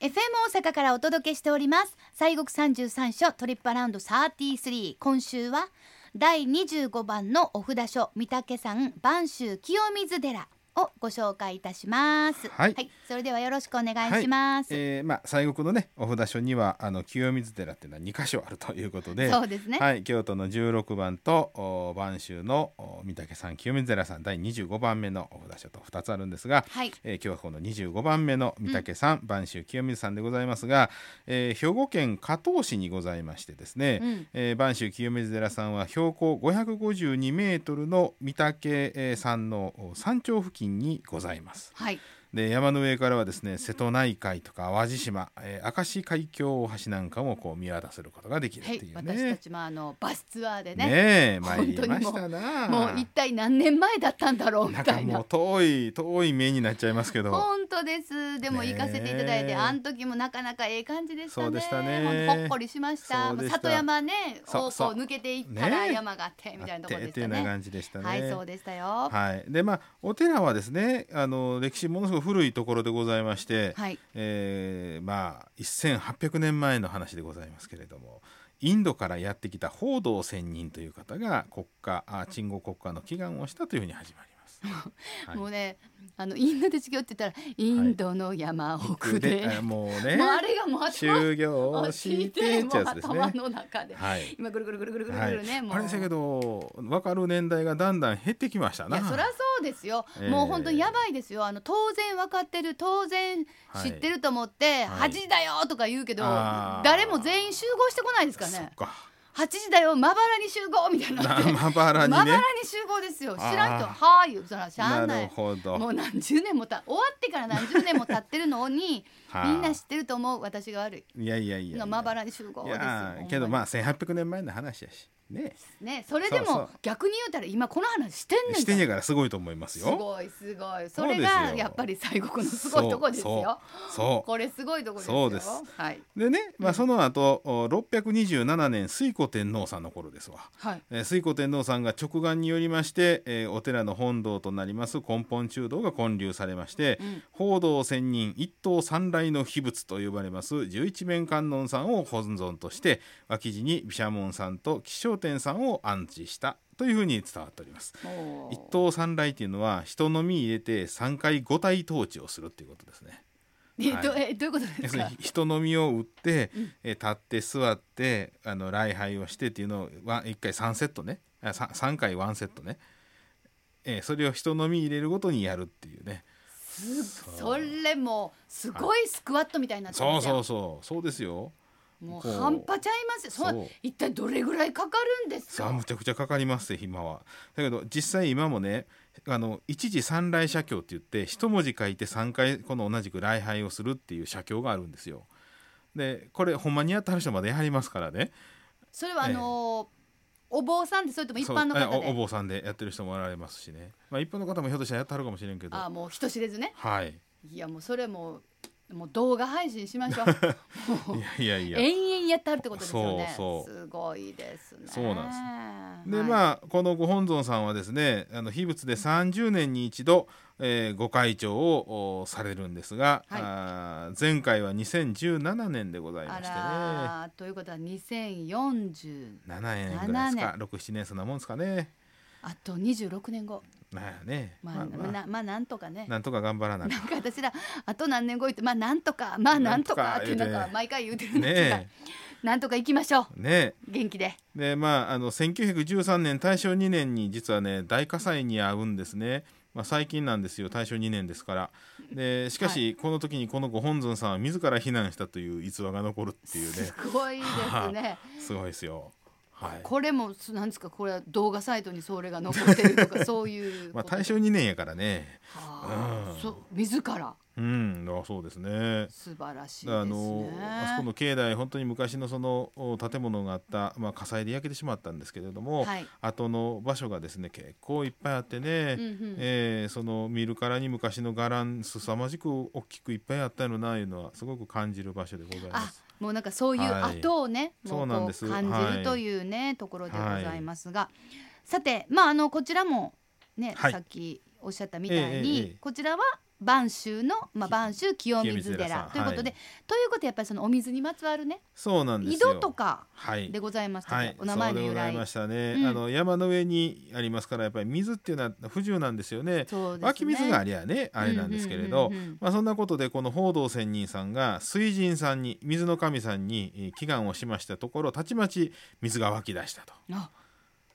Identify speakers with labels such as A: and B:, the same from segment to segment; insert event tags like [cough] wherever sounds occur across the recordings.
A: FM 大阪からお届けしております西国三十三所トリップアラウンド33今週は第25番のお札所御嶽山播州清水寺をご紹介いたします
B: はい
A: それではよろしくお願いします、
B: えーまあ、西国のねお札所にはあの清水寺っていうのは2箇所あるということで
A: そうですね
B: はい、京都の16番とお播州のお御嶽山清水寺さん第25番目のお札所と2つあるんですが、
A: はい
B: えー今日はこの25番目の御嶽山播州清水さんでございますが、えー兵庫県加東市にございましてですね、
A: うん
B: えー播州清水寺さんは標高552メートルの御嶽えー山のお山頂付近にございます。
A: はい
B: で山の上からはですね瀬戸内海とか淡路島、えー、明石海峡大橋なんかもこう見渡せることができるっ
A: は
B: て
A: い
B: いうね。
A: 私たちもあのバスツアーでね
B: ねえ参
A: 本当
B: り
A: にもう
B: ましたな。
A: もう一体何年前だったんだろうみ
B: なん
A: た
B: か
A: い
B: も
A: な
B: う遠い遠い目になっちゃいますけ
A: [laughs]
B: ど。
A: 本当ですでも行かせていただいて、
B: ねえ
A: あの時もなかなかええ感じでしたね
B: そうでしたね
A: ほんほっこりしました
B: そうで
A: も
B: した
A: う里山ね
B: そう
A: をこう
B: そう
A: 抜けていったら
B: ねえ
A: 山があってみたいなところ
B: あっ
A: で
B: て
A: した
B: というような
A: ね
B: 感じでしたね。
A: はいそうでしたよは
B: はい、でまあお寺はですねあの歴史ものすごく古いところでございまして、
A: い
B: えーまあ1,800年前の話でございますけれどもインドからやってきた報道仙人という方が国家あ鎮護国家の祈願をしたというふうに始まります。はい
A: もうねあのインドで授業って言ったらインドの山奥で、 [laughs]
B: であもうね
A: もうあれがもう頭
B: 修行
A: を敷
B: をし
A: い
B: て
A: て
B: っ
A: も
B: て
A: う
B: やつですね。
A: 頭の中で、
B: はい
A: 今ぐるぐるぐるぐるぐるぐ
B: はい
A: るね、もう
B: あれですけど分かる年代がだんだん減ってきました
A: い
B: な。
A: やそりゃそうですよ、
B: ええ
A: もう本当にやばいですよあの当然分かってる当然知ってると思って、
B: はい
A: 8時だよとか言うけど、
B: あー
A: 誰も全員集合してこないですから
B: そ
A: ね
B: っか。
A: 8時だよまばらに集合みたいになって
B: なまばらに
A: まばら
B: ね
A: に。集合ですよ知らんと
B: あー
A: はーいよそらしゃあな
B: ないるほど。
A: もう何十年もた終わってから何十年も経ってるのに
B: は [laughs] あ
A: みんな知ってると思う私が悪い
B: いやいやいやいや。
A: まばらに集合
B: い
A: ですよ
B: や
A: ほん
B: ー
A: に
B: けどまあ1800年前の話やしね
A: ねそれで
B: そうそ
A: も
B: う
A: 逆に言うたら今この話してんねん
B: してんや
A: か
B: からすごいと思います
A: す
B: よ。
A: ごいすごい
B: そ
A: そうれ
B: ですよ
A: がやっぱり西国のすごいとこですよ
B: そうそう
A: これすごいとこですよ
B: そうです
A: はい
B: でね、まあ、その後、お627年推古天皇さんの頃ですわ。
A: はい
B: えー推古天皇さんが直眼によりまして、えーお寺の本堂となります根本中堂が建立されまして、
A: うん
B: 報道仙人一等三来の秘仏と呼ばれます十一面観音さんを本尊として脇地に毘沙門さんと吉祥天さんを安置したというふうに伝わっております。
A: もう
B: 一等三来っていうのは人のみ入れて3回五体統治をするっていうことですね。
A: え
B: はい
A: どえどういうことで
B: 要
A: す
B: する
A: か
B: に人の身を打って、
A: うん
B: えー立って座ってあの礼拝をしてっていうのをわ1回3セットねあ 3, 回1セットね、えーそれを人の身入れるごとにやるっていうね
A: すそれもすごいスクワットみたいになって
B: そう
A: ますよ
B: そうそうそうですよ。
A: もう
B: こう
A: 半端ちゃいますよそ
B: そ
A: ん
B: う
A: 一体どれぐらいかかるんです
B: さあ
A: か
B: むちゃくちゃかかりますよ今は。だけど実際今もねあの一時三来写経って言って一文字書いて3回この同じく礼拝をするっていう写経があるんですよ。でこれほんまにやってはる人までやはりますからね
A: それはあのーお坊さんでそれとも一般の
B: そう
A: 方
B: あおお
A: で
B: 坊さんでやってる人もおられますしね、まあ、一般の方もひょっとしたらやってはるかもしれんけど
A: ああもう人知れずね
B: はい
A: いやもうそれもうもう動画配信しましょう
B: [laughs]
A: もう
B: いやいやいや。
A: 延々やってあるってことですよね
B: そうそう
A: すごいですね
B: そうなん
A: です
B: で
A: あ
B: まあこのご本尊さんはですねあの秘仏で30年に一度、えーご開帳をおされるんですが、
A: はい
B: あー前回は2017年でございましてね。
A: あらーということは2040
B: 7円ぐらいです
A: 7
B: か67年そんなもんですかね
A: あと26年後
B: まあね、
A: まあ、
B: まあまあ
A: なまあなんとかね
B: なんとか頑張らな
A: [laughs]
B: き
A: な
B: ゃ
A: んか私らあと何年後言ってまあなんとかまあなんとかって
B: なんとか言うて
A: なんか毎回言うてるんですが、
B: ね
A: なんとか行きましょう
B: えね
A: 元気で
B: えでまああの1913年大正2年に実はね大火災に遭うんですね、まあ、最近なんですよ大正2年ですからでしかし、この時にこのご本尊さんは自ら避難したという逸話が残るっていうね
A: すごいですね
B: すごいですよはい
A: これもすなんですかこれは動画サイトにそれが残ってると
B: [laughs]
A: かそういう
B: ま
A: こ
B: あ
A: と
B: 大正2年やからね
A: はあ
B: うん
A: そ自ら
B: うんあそうですね
A: 素晴らしいですね
B: あのあそこの境内本当に昔のそのお建物があった、まあ、火災で焼けてしまったんですけれども、
A: はい
B: 後の場所がですね結構いっぱいあってね、
A: うんうん
B: えーその見るからに昔の伽藍すさまじく大きくいっぱいあったのないうのはすごく感じる場所でございま
A: あ
B: す。
A: もうなんかそういう
B: はい
A: 後をね、も
B: そううなん
A: こ
B: で
A: う
B: す
A: 感じ
B: は
A: る
B: い
A: というね、ところでございますが、さてまああのこちらもね、
B: はい
A: さっきおっしゃったみたいに、
B: ええええええ
A: こちらは播州の、まあ、播州清水
B: 清水寺さ
A: 寺というこ
B: ん
A: とで、
B: はい
A: ということでやっぱりそのお水にまつわるね
B: そうなんで
A: 井
B: すよ
A: 戸とか
B: はい
A: でございました
B: は
A: ね
B: い、
A: お名前の
B: そうで
A: 由
B: ござ
A: 来
B: いましたね、
A: うん
B: あの山の上にありますからやっぱり水っていうのは不自由なんですよね
A: そうですね
B: 湧き水がありゃねあれなんですけれど、
A: うんうんうんうん
B: まあ、そんなことでこの報道仙人さんが水神さんに水の神さんにえー祈願をしましたところたちまち水が湧き出したと。
A: あ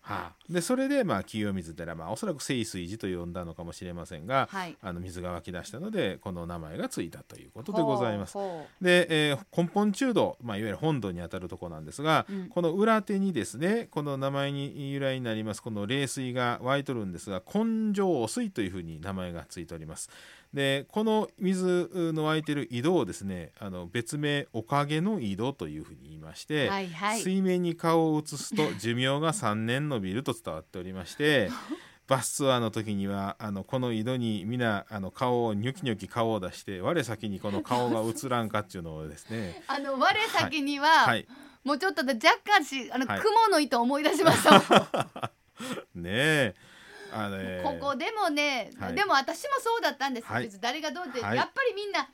B: はあ、でそれでまあ清水寺、まあ、おそらく清水寺と呼んだのかもしれませんが、
A: はい
B: あの水が湧き出したのでこの名前がついたということでございます。
A: ほうほ
B: で、えー根本中道、まあ、いわゆる本堂にあたるところなんですが、
A: うん
B: この裏手にですねこの名前に由来になりますこの冷水が湧いとるんですが根性水というふうに名前がついております。でこの水の湧いてる井戸をですねあの別名「おかげの井戸」というふうに言いまして、
A: はいはい
B: 水面に顔を映すと [laughs] 寿命が3年延びると伝わっておりま
A: [laughs]
B: して。バスツアーの時にはあのこの井戸に皆あの顔をニョキニョキ顔を出して我先にこの顔が映らんかっていうのをですね
A: あの我先には、
B: はい
A: もうちょっとで若干しあの、
B: はい
A: 雲の糸を思い出しましたもん
B: ねえあの
A: ここでもね、
B: はい
A: でも私もそうだったんです、
B: はい
A: 別に誰がどうって、
B: はい
A: やっぱりみんな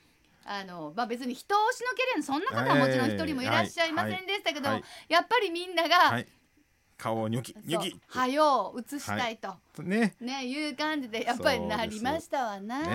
A: あの、まあ、別に人をしのけれんそんな方はもちろん一人もいらっしゃいませんでしたけど、
B: はいはい
A: やっぱりみんなが、
B: はい顔をニョキニ
A: そ
B: ョ
A: う
B: キ
A: はよう移したいと、
B: ね
A: ねいう感じでやっぱりなりましたわな。
B: ね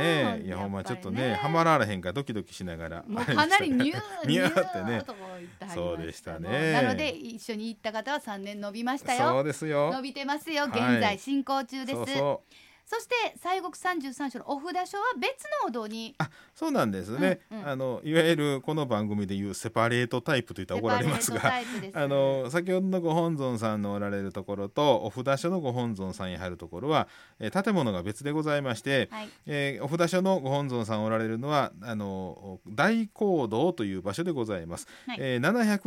B: えいやほんまちょっとねハマられへんかドキドキしながら
A: もうかなりニュー
B: ニ
A: ニ
B: ュ
A: ュ
B: ーって
A: ー
B: ね
A: とこう言ってはりました
B: そうでしたね
A: もうなので一緒に行った方は三年伸びました
B: [laughs] そ
A: よ
B: うです
A: 伸
B: よ
A: びてますよ現
B: は
A: 在
B: い
A: 進行中です、
B: そうそう
A: そして西国三十三所のお札所は別のお堂に
B: あそうなんですね、
A: うんうん
B: あのいわゆるこの番組でいうセパレートタイプといったら
A: セ
B: 怒
A: パ
B: ら
A: レ
B: れま
A: ー
B: す
A: ト
B: が
A: タイプです
B: あの先ほどのご本尊さんのおられるところとお札所のご本尊さんに入るところは、えー建物が別でございまして、
A: はい
B: えーお札所のご本尊さんおられるのはあの大講堂という場所でございます、
A: はい
B: えー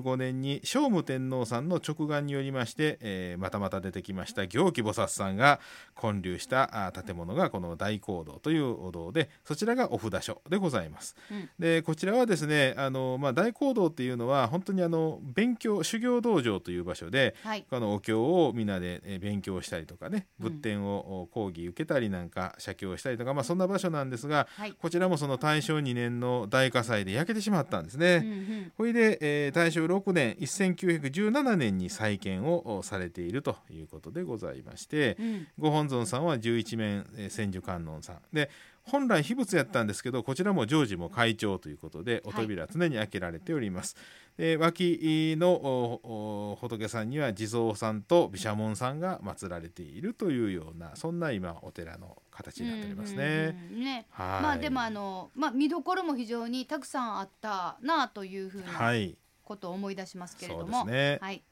B: 725年に聖武天皇さんの直眼によりまして、えーまたまた出てきました行基菩薩さんが建立したあー建物がこの大講堂というお堂でそちらがお札所でございます。
A: うん
B: でこちらはですねあの、まあ、大講堂っていうのは本当にあの勉強修行道場という場所で
A: はい
B: このお経をみんなでえー勉強したりとかね
A: うん
B: 仏典をお講義受けたりなんか写経したりとか、まあ、そんな場所なんですが
A: はい、
B: こちらもその大正2年の大火災で焼けてしまったんですね。
A: うんうん
B: ほいで、えー大正6年1917年に再建をおされているということでございまして、
A: うん
B: ご本尊さんは十一面えー千手観音さんで本来秘仏やったんですけどこちらも常時も会長ということでお扉常に開けられております、で脇のおお仏さんには地蔵さんと毘沙門さんが祀られているというようなそんな今お寺の形になっておりますね、
A: うんうんうんね
B: はい
A: まあでもあの、まあ、見どころも非常にたくさんあったなあというふうな
B: はい
A: ことを思い出しますけれど
B: そ
A: も、
B: うですね
A: はい、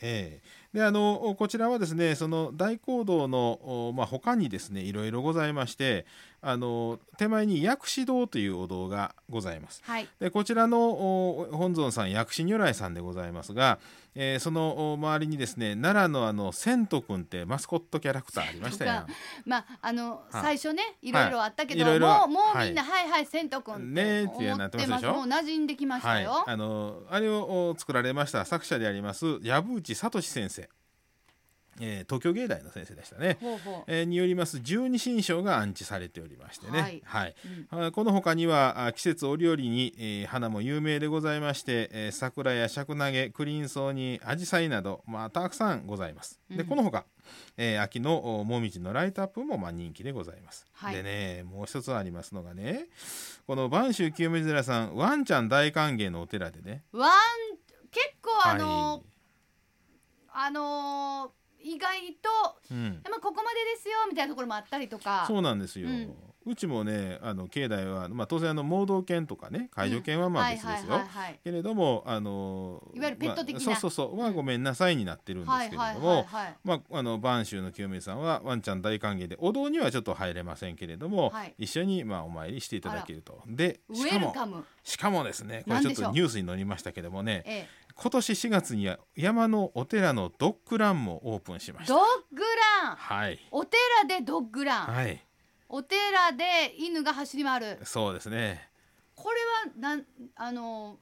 B: ええ、であのこちらはですねその大講堂の、おまあ、他にですねいろいろございましてあの手前に薬師堂というお堂がございます。
A: はい、
B: でこちらのお本尊さん薬師如来さんでございますが、えーそのお周りにですね奈良のあの千と君ってマスコットキャラクターありましたやん。
A: まああの
B: は
A: 最
B: い
A: 初ねいろいろあったけど、
B: はいいろいろ
A: も
B: は
A: うもうみんなはいはい千と君って
B: ねえっていう
A: 思
B: な
A: っ
B: ってて
A: ま
B: ますすでしょ
A: もう馴染んできました
B: はい
A: よ、、
B: あのあれをお作られました作者であります籔内聡先生、えー東京芸大の先生でしたね。
A: ほうほう、
B: えーによります十二神将が安置されておりましてね、
A: は
B: はいい
A: うん
B: あこの他にはあ季節折々に、えー花も有名でございまして、えー桜やシャクナゲクリンソウにアジサイなど、まあ、たくさんございます。で
A: うん
B: この他、えー秋のおもみじのライトアップもまあ人気でございます。
A: はい
B: でねもう一つありますのがねこの播州清水寺さんワンちゃん大歓迎のお寺でね。
A: ワン結構あの
B: は、
A: あの意外と、
B: いうん、
A: まあ、ここまでですよみたいなところもあったりとか
B: そうなんですよ。
A: う
B: うんちもねあの境内は、まあ、当然あの盲導犬とかね介助犬はまあ別ですよ。
A: はいはいはいはい
B: けれども、あの
A: いわゆるペット的な
B: まあそうそうそうはごめんなさいになってるんですけれど
A: はいはい
B: も
A: はいはい
B: まああの播州の清水さんはワンちゃん大歓迎でお堂にはちょっと入れませんけれども、
A: はい
B: 一緒にまあお参りしていただけるとで
A: ウ
B: しか
A: ェル
B: も
A: カム、
B: しかもですねこ
A: な
B: れ
A: んで
B: ちょ
A: しょ
B: っ
A: う
B: とニュースに載りましたけどもね
A: え
B: 今年4月には山のお寺のドッグランもオープンしま
A: え、
B: し
A: ド
B: た
A: ッグラン
B: はい
A: お寺でドッグラン、
B: はい
A: お寺で犬が走り回る
B: そうですね
A: これはなんあの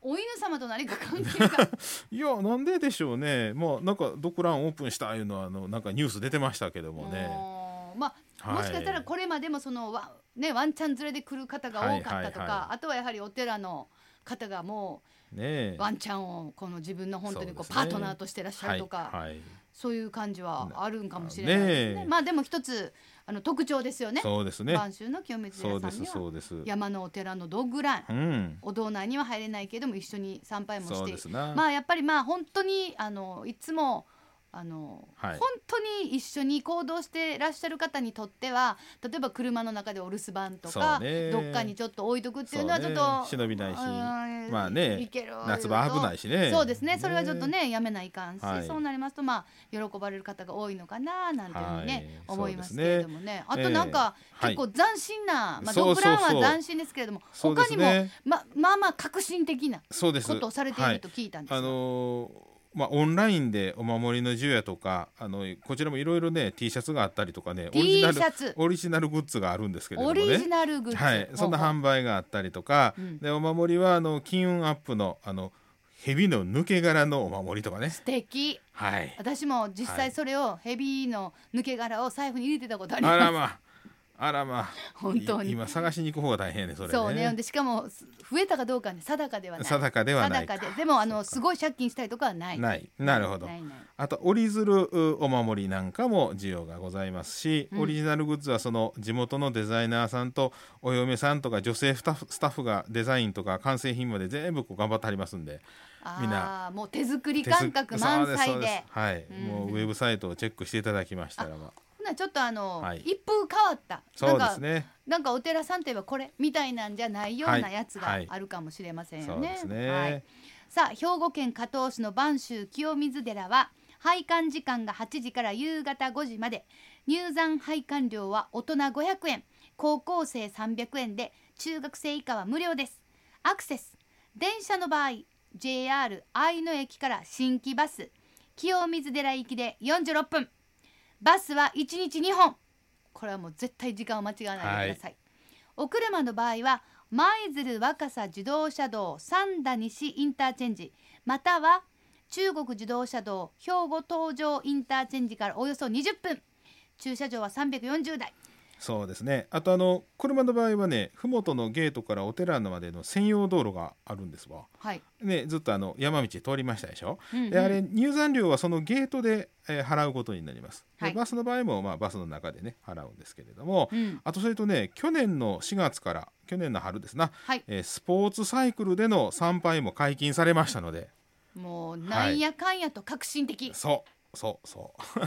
A: お犬様と何か関係が
B: いやなんででしょうねまあなんかドッグランオープンした [laughs] いうのはあのなんかニュース出てましたけどもね
A: もうまあ、
B: はい
A: もしかしたらこれまでもそのわね、ワンちゃん連れで来る方が多かったとか、
B: はいはいは
A: あとはやはりお寺の方がも
B: ねえ
A: うワンちゃんをこの自分の本当にこう
B: そうです
A: パー
B: ね
A: トナーとしてらっしゃるとか、
B: はいはい
A: そういう感じはあるんかもしれないですね。
B: ねえ
A: まあでも一つあの特徴ですよね。
B: そうですね
A: 晩秋の清水
B: そ
A: 寺
B: う
A: さ
B: で
A: ん
B: す
A: には
B: そうです
A: 山のお寺のドッグラン、
B: うん
A: お堂内には入れないけれども一緒に参拝もして
B: そう
A: い
B: で
A: る
B: すな、
A: まあやっぱりまあ本当にあのいつもあの、
B: はい
A: 本当に一緒に行動してらっしゃる方にとっては例えば車の中でお留守番とか、
B: そうね
A: どっかにちょっと置いとくっていうのはちょっと、
B: そうね忍びないし
A: うーん
B: まあね
A: いける
B: 夏場危ないしね
A: そうですねそれはちょっとねやめないかんし、
B: はい
A: そうなりますとまあ喜ばれる方が多いのかななんていうふうにね、
B: はい
A: 思います
B: そう
A: け
B: で
A: れ
B: すね
A: どもねあとなんか、
B: ええはい
A: 結構斬新な、まあ、ド
B: そ
A: ッ
B: う
A: グ
B: そう
A: ラ
B: そう
A: ンは斬新ですけれども
B: そうで
A: 他
B: す
A: に
B: ね
A: も、ままあまあ革新的な
B: そうです
A: ことをされてい
B: は
A: ると聞いたんですよ、
B: あのーまあ、オンラインでお守りの銃やとかあのこちらもいろいろね T シャツがあったりとかね
A: T シャツ
B: オリジナルグッズがあるんですけれども
A: オ
B: ね
A: リジナルグッズ、
B: はい、そんな
A: 分
B: 販売があったりとか、
A: うん
B: でお守りはあの金運アップのあの蛇の抜け殻のお守りとかね
A: 素敵
B: はい
A: 私も実
B: は
A: 際
B: い
A: それをヘビの抜け殻を財布に入れてたことあり
B: あ
A: ま
B: ら
A: す
B: まああらまあ
A: 本当に
B: い今探しに行く方が大変やねそれね
A: そうねでしかもす増えたかどうかね定かではない
B: 定かではないか
A: 定かででもあの
B: そ
A: すごい借金したりとかはな
B: う
A: い
B: かないなるほど
A: ないない
B: あと折り鶴うお守りなんかも需要がございますし、
A: うん
B: オリジナルグッズはその地元のデザイナーさんとお嫁さんとか女性スタッフスタッフがデザインとか完成品まで全部こう頑張ってはりますんで
A: あー
B: みんな
A: もう手作り感覚満
B: 手すそ
A: 載
B: う
A: です
B: はい、
A: うん
B: もうウェブサイトをチェックしていただきましたらば
A: ほなちょっとあの、
B: はい
A: 一風変わった
B: そうで
A: なん
B: す
A: か
B: ね
A: なんかお寺さんといえばこれみたいなんじゃないようなやつ
B: は
A: が
B: いはい
A: あるかもしれませんよ
B: そうで
A: ね。
B: すね
A: はいさあ兵庫県加東市の播州清水寺は拝観時間が8時から夕方5時まで入山拝観料は大人500円高校生300円で中学生以下は無料ですアクセス電車の場合 JR 愛野駅から新規バス清水寺行きで46分バスは1日2本これはもう絶対時間を間違わないでください、お車の場合は舞鶴若狭自動車道三田西インターチェンジまたは中国自動車道兵庫東上インターチェンジからおよそ20分駐車場は340台
B: そうですねあとあの車の場合はね麓のゲートからお寺のまでの専用道路があるんですわ
A: はい、
B: ねずっとあの山道通りましたでしょ、
A: うんうん
B: であれ入山料はそのゲートで、えー払うことになります、で
A: はい
B: バスの場合も、まあ、バスの中でね払うんですけれども、
A: うん
B: あとそれとね去年の4月から去年の春ですな、
A: はい
B: えースポーツサイクルでの参拝も解禁されましたので
A: もうなんやかんやと革新的、
B: そうそうそう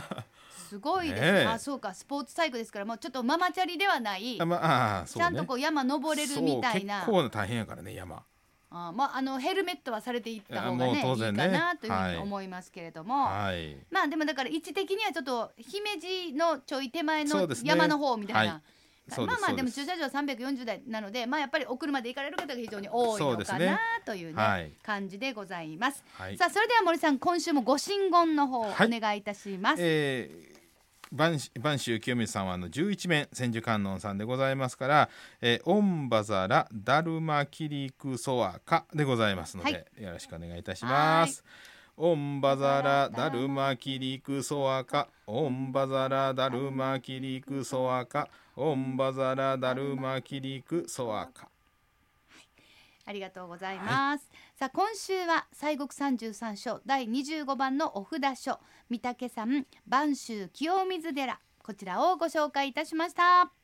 A: すごいです
B: ね
A: ね
B: え
A: あそうかスポーツサイクルですからもうちょっとママチャリではない、
B: あまああー
A: ち
B: そうね
A: ゃんとこう山登れるみたいな
B: そう結構な大変やからね山
A: あまああのヘルメットはされていった方が
B: いや
A: ね
B: もう当
A: いい
B: 然ね
A: かなというふう
B: は
A: に
B: い
A: 思いますけれども、
B: はい
A: まあでもだから位置的にはちょっと姫路のちょい手前
B: そ
A: の
B: うですね
A: 山の方みたいな。
B: はそう
A: まあ
B: です
A: まあ
B: そ
A: で
B: うで
A: も
B: す
A: 駐車場は340台なのでまあやっぱりお車で行かれる方が非常に多い
B: そう
A: の
B: です
A: か
B: ね
A: なというね
B: はい
A: 感じでございます、
B: はい
A: さあそれでは森さん今週もご神言の方をお
B: はい
A: 願いいたします、
B: えー晩秋晩秋清水さんはあの11面千手観音さんでございますから「えー、オンバザラダルマキリクソワカ」でございますので、
A: は
B: よろしくお願いいたします。オンバザラダルマキリクソワカオンバザラダルマキリクソワカオンバザラダルマキリクソワカ
A: ありがとうございます。さあ今週は西国三十三所第二十五番のお札書御嶽山播州清水寺こちらをご紹介いたしました。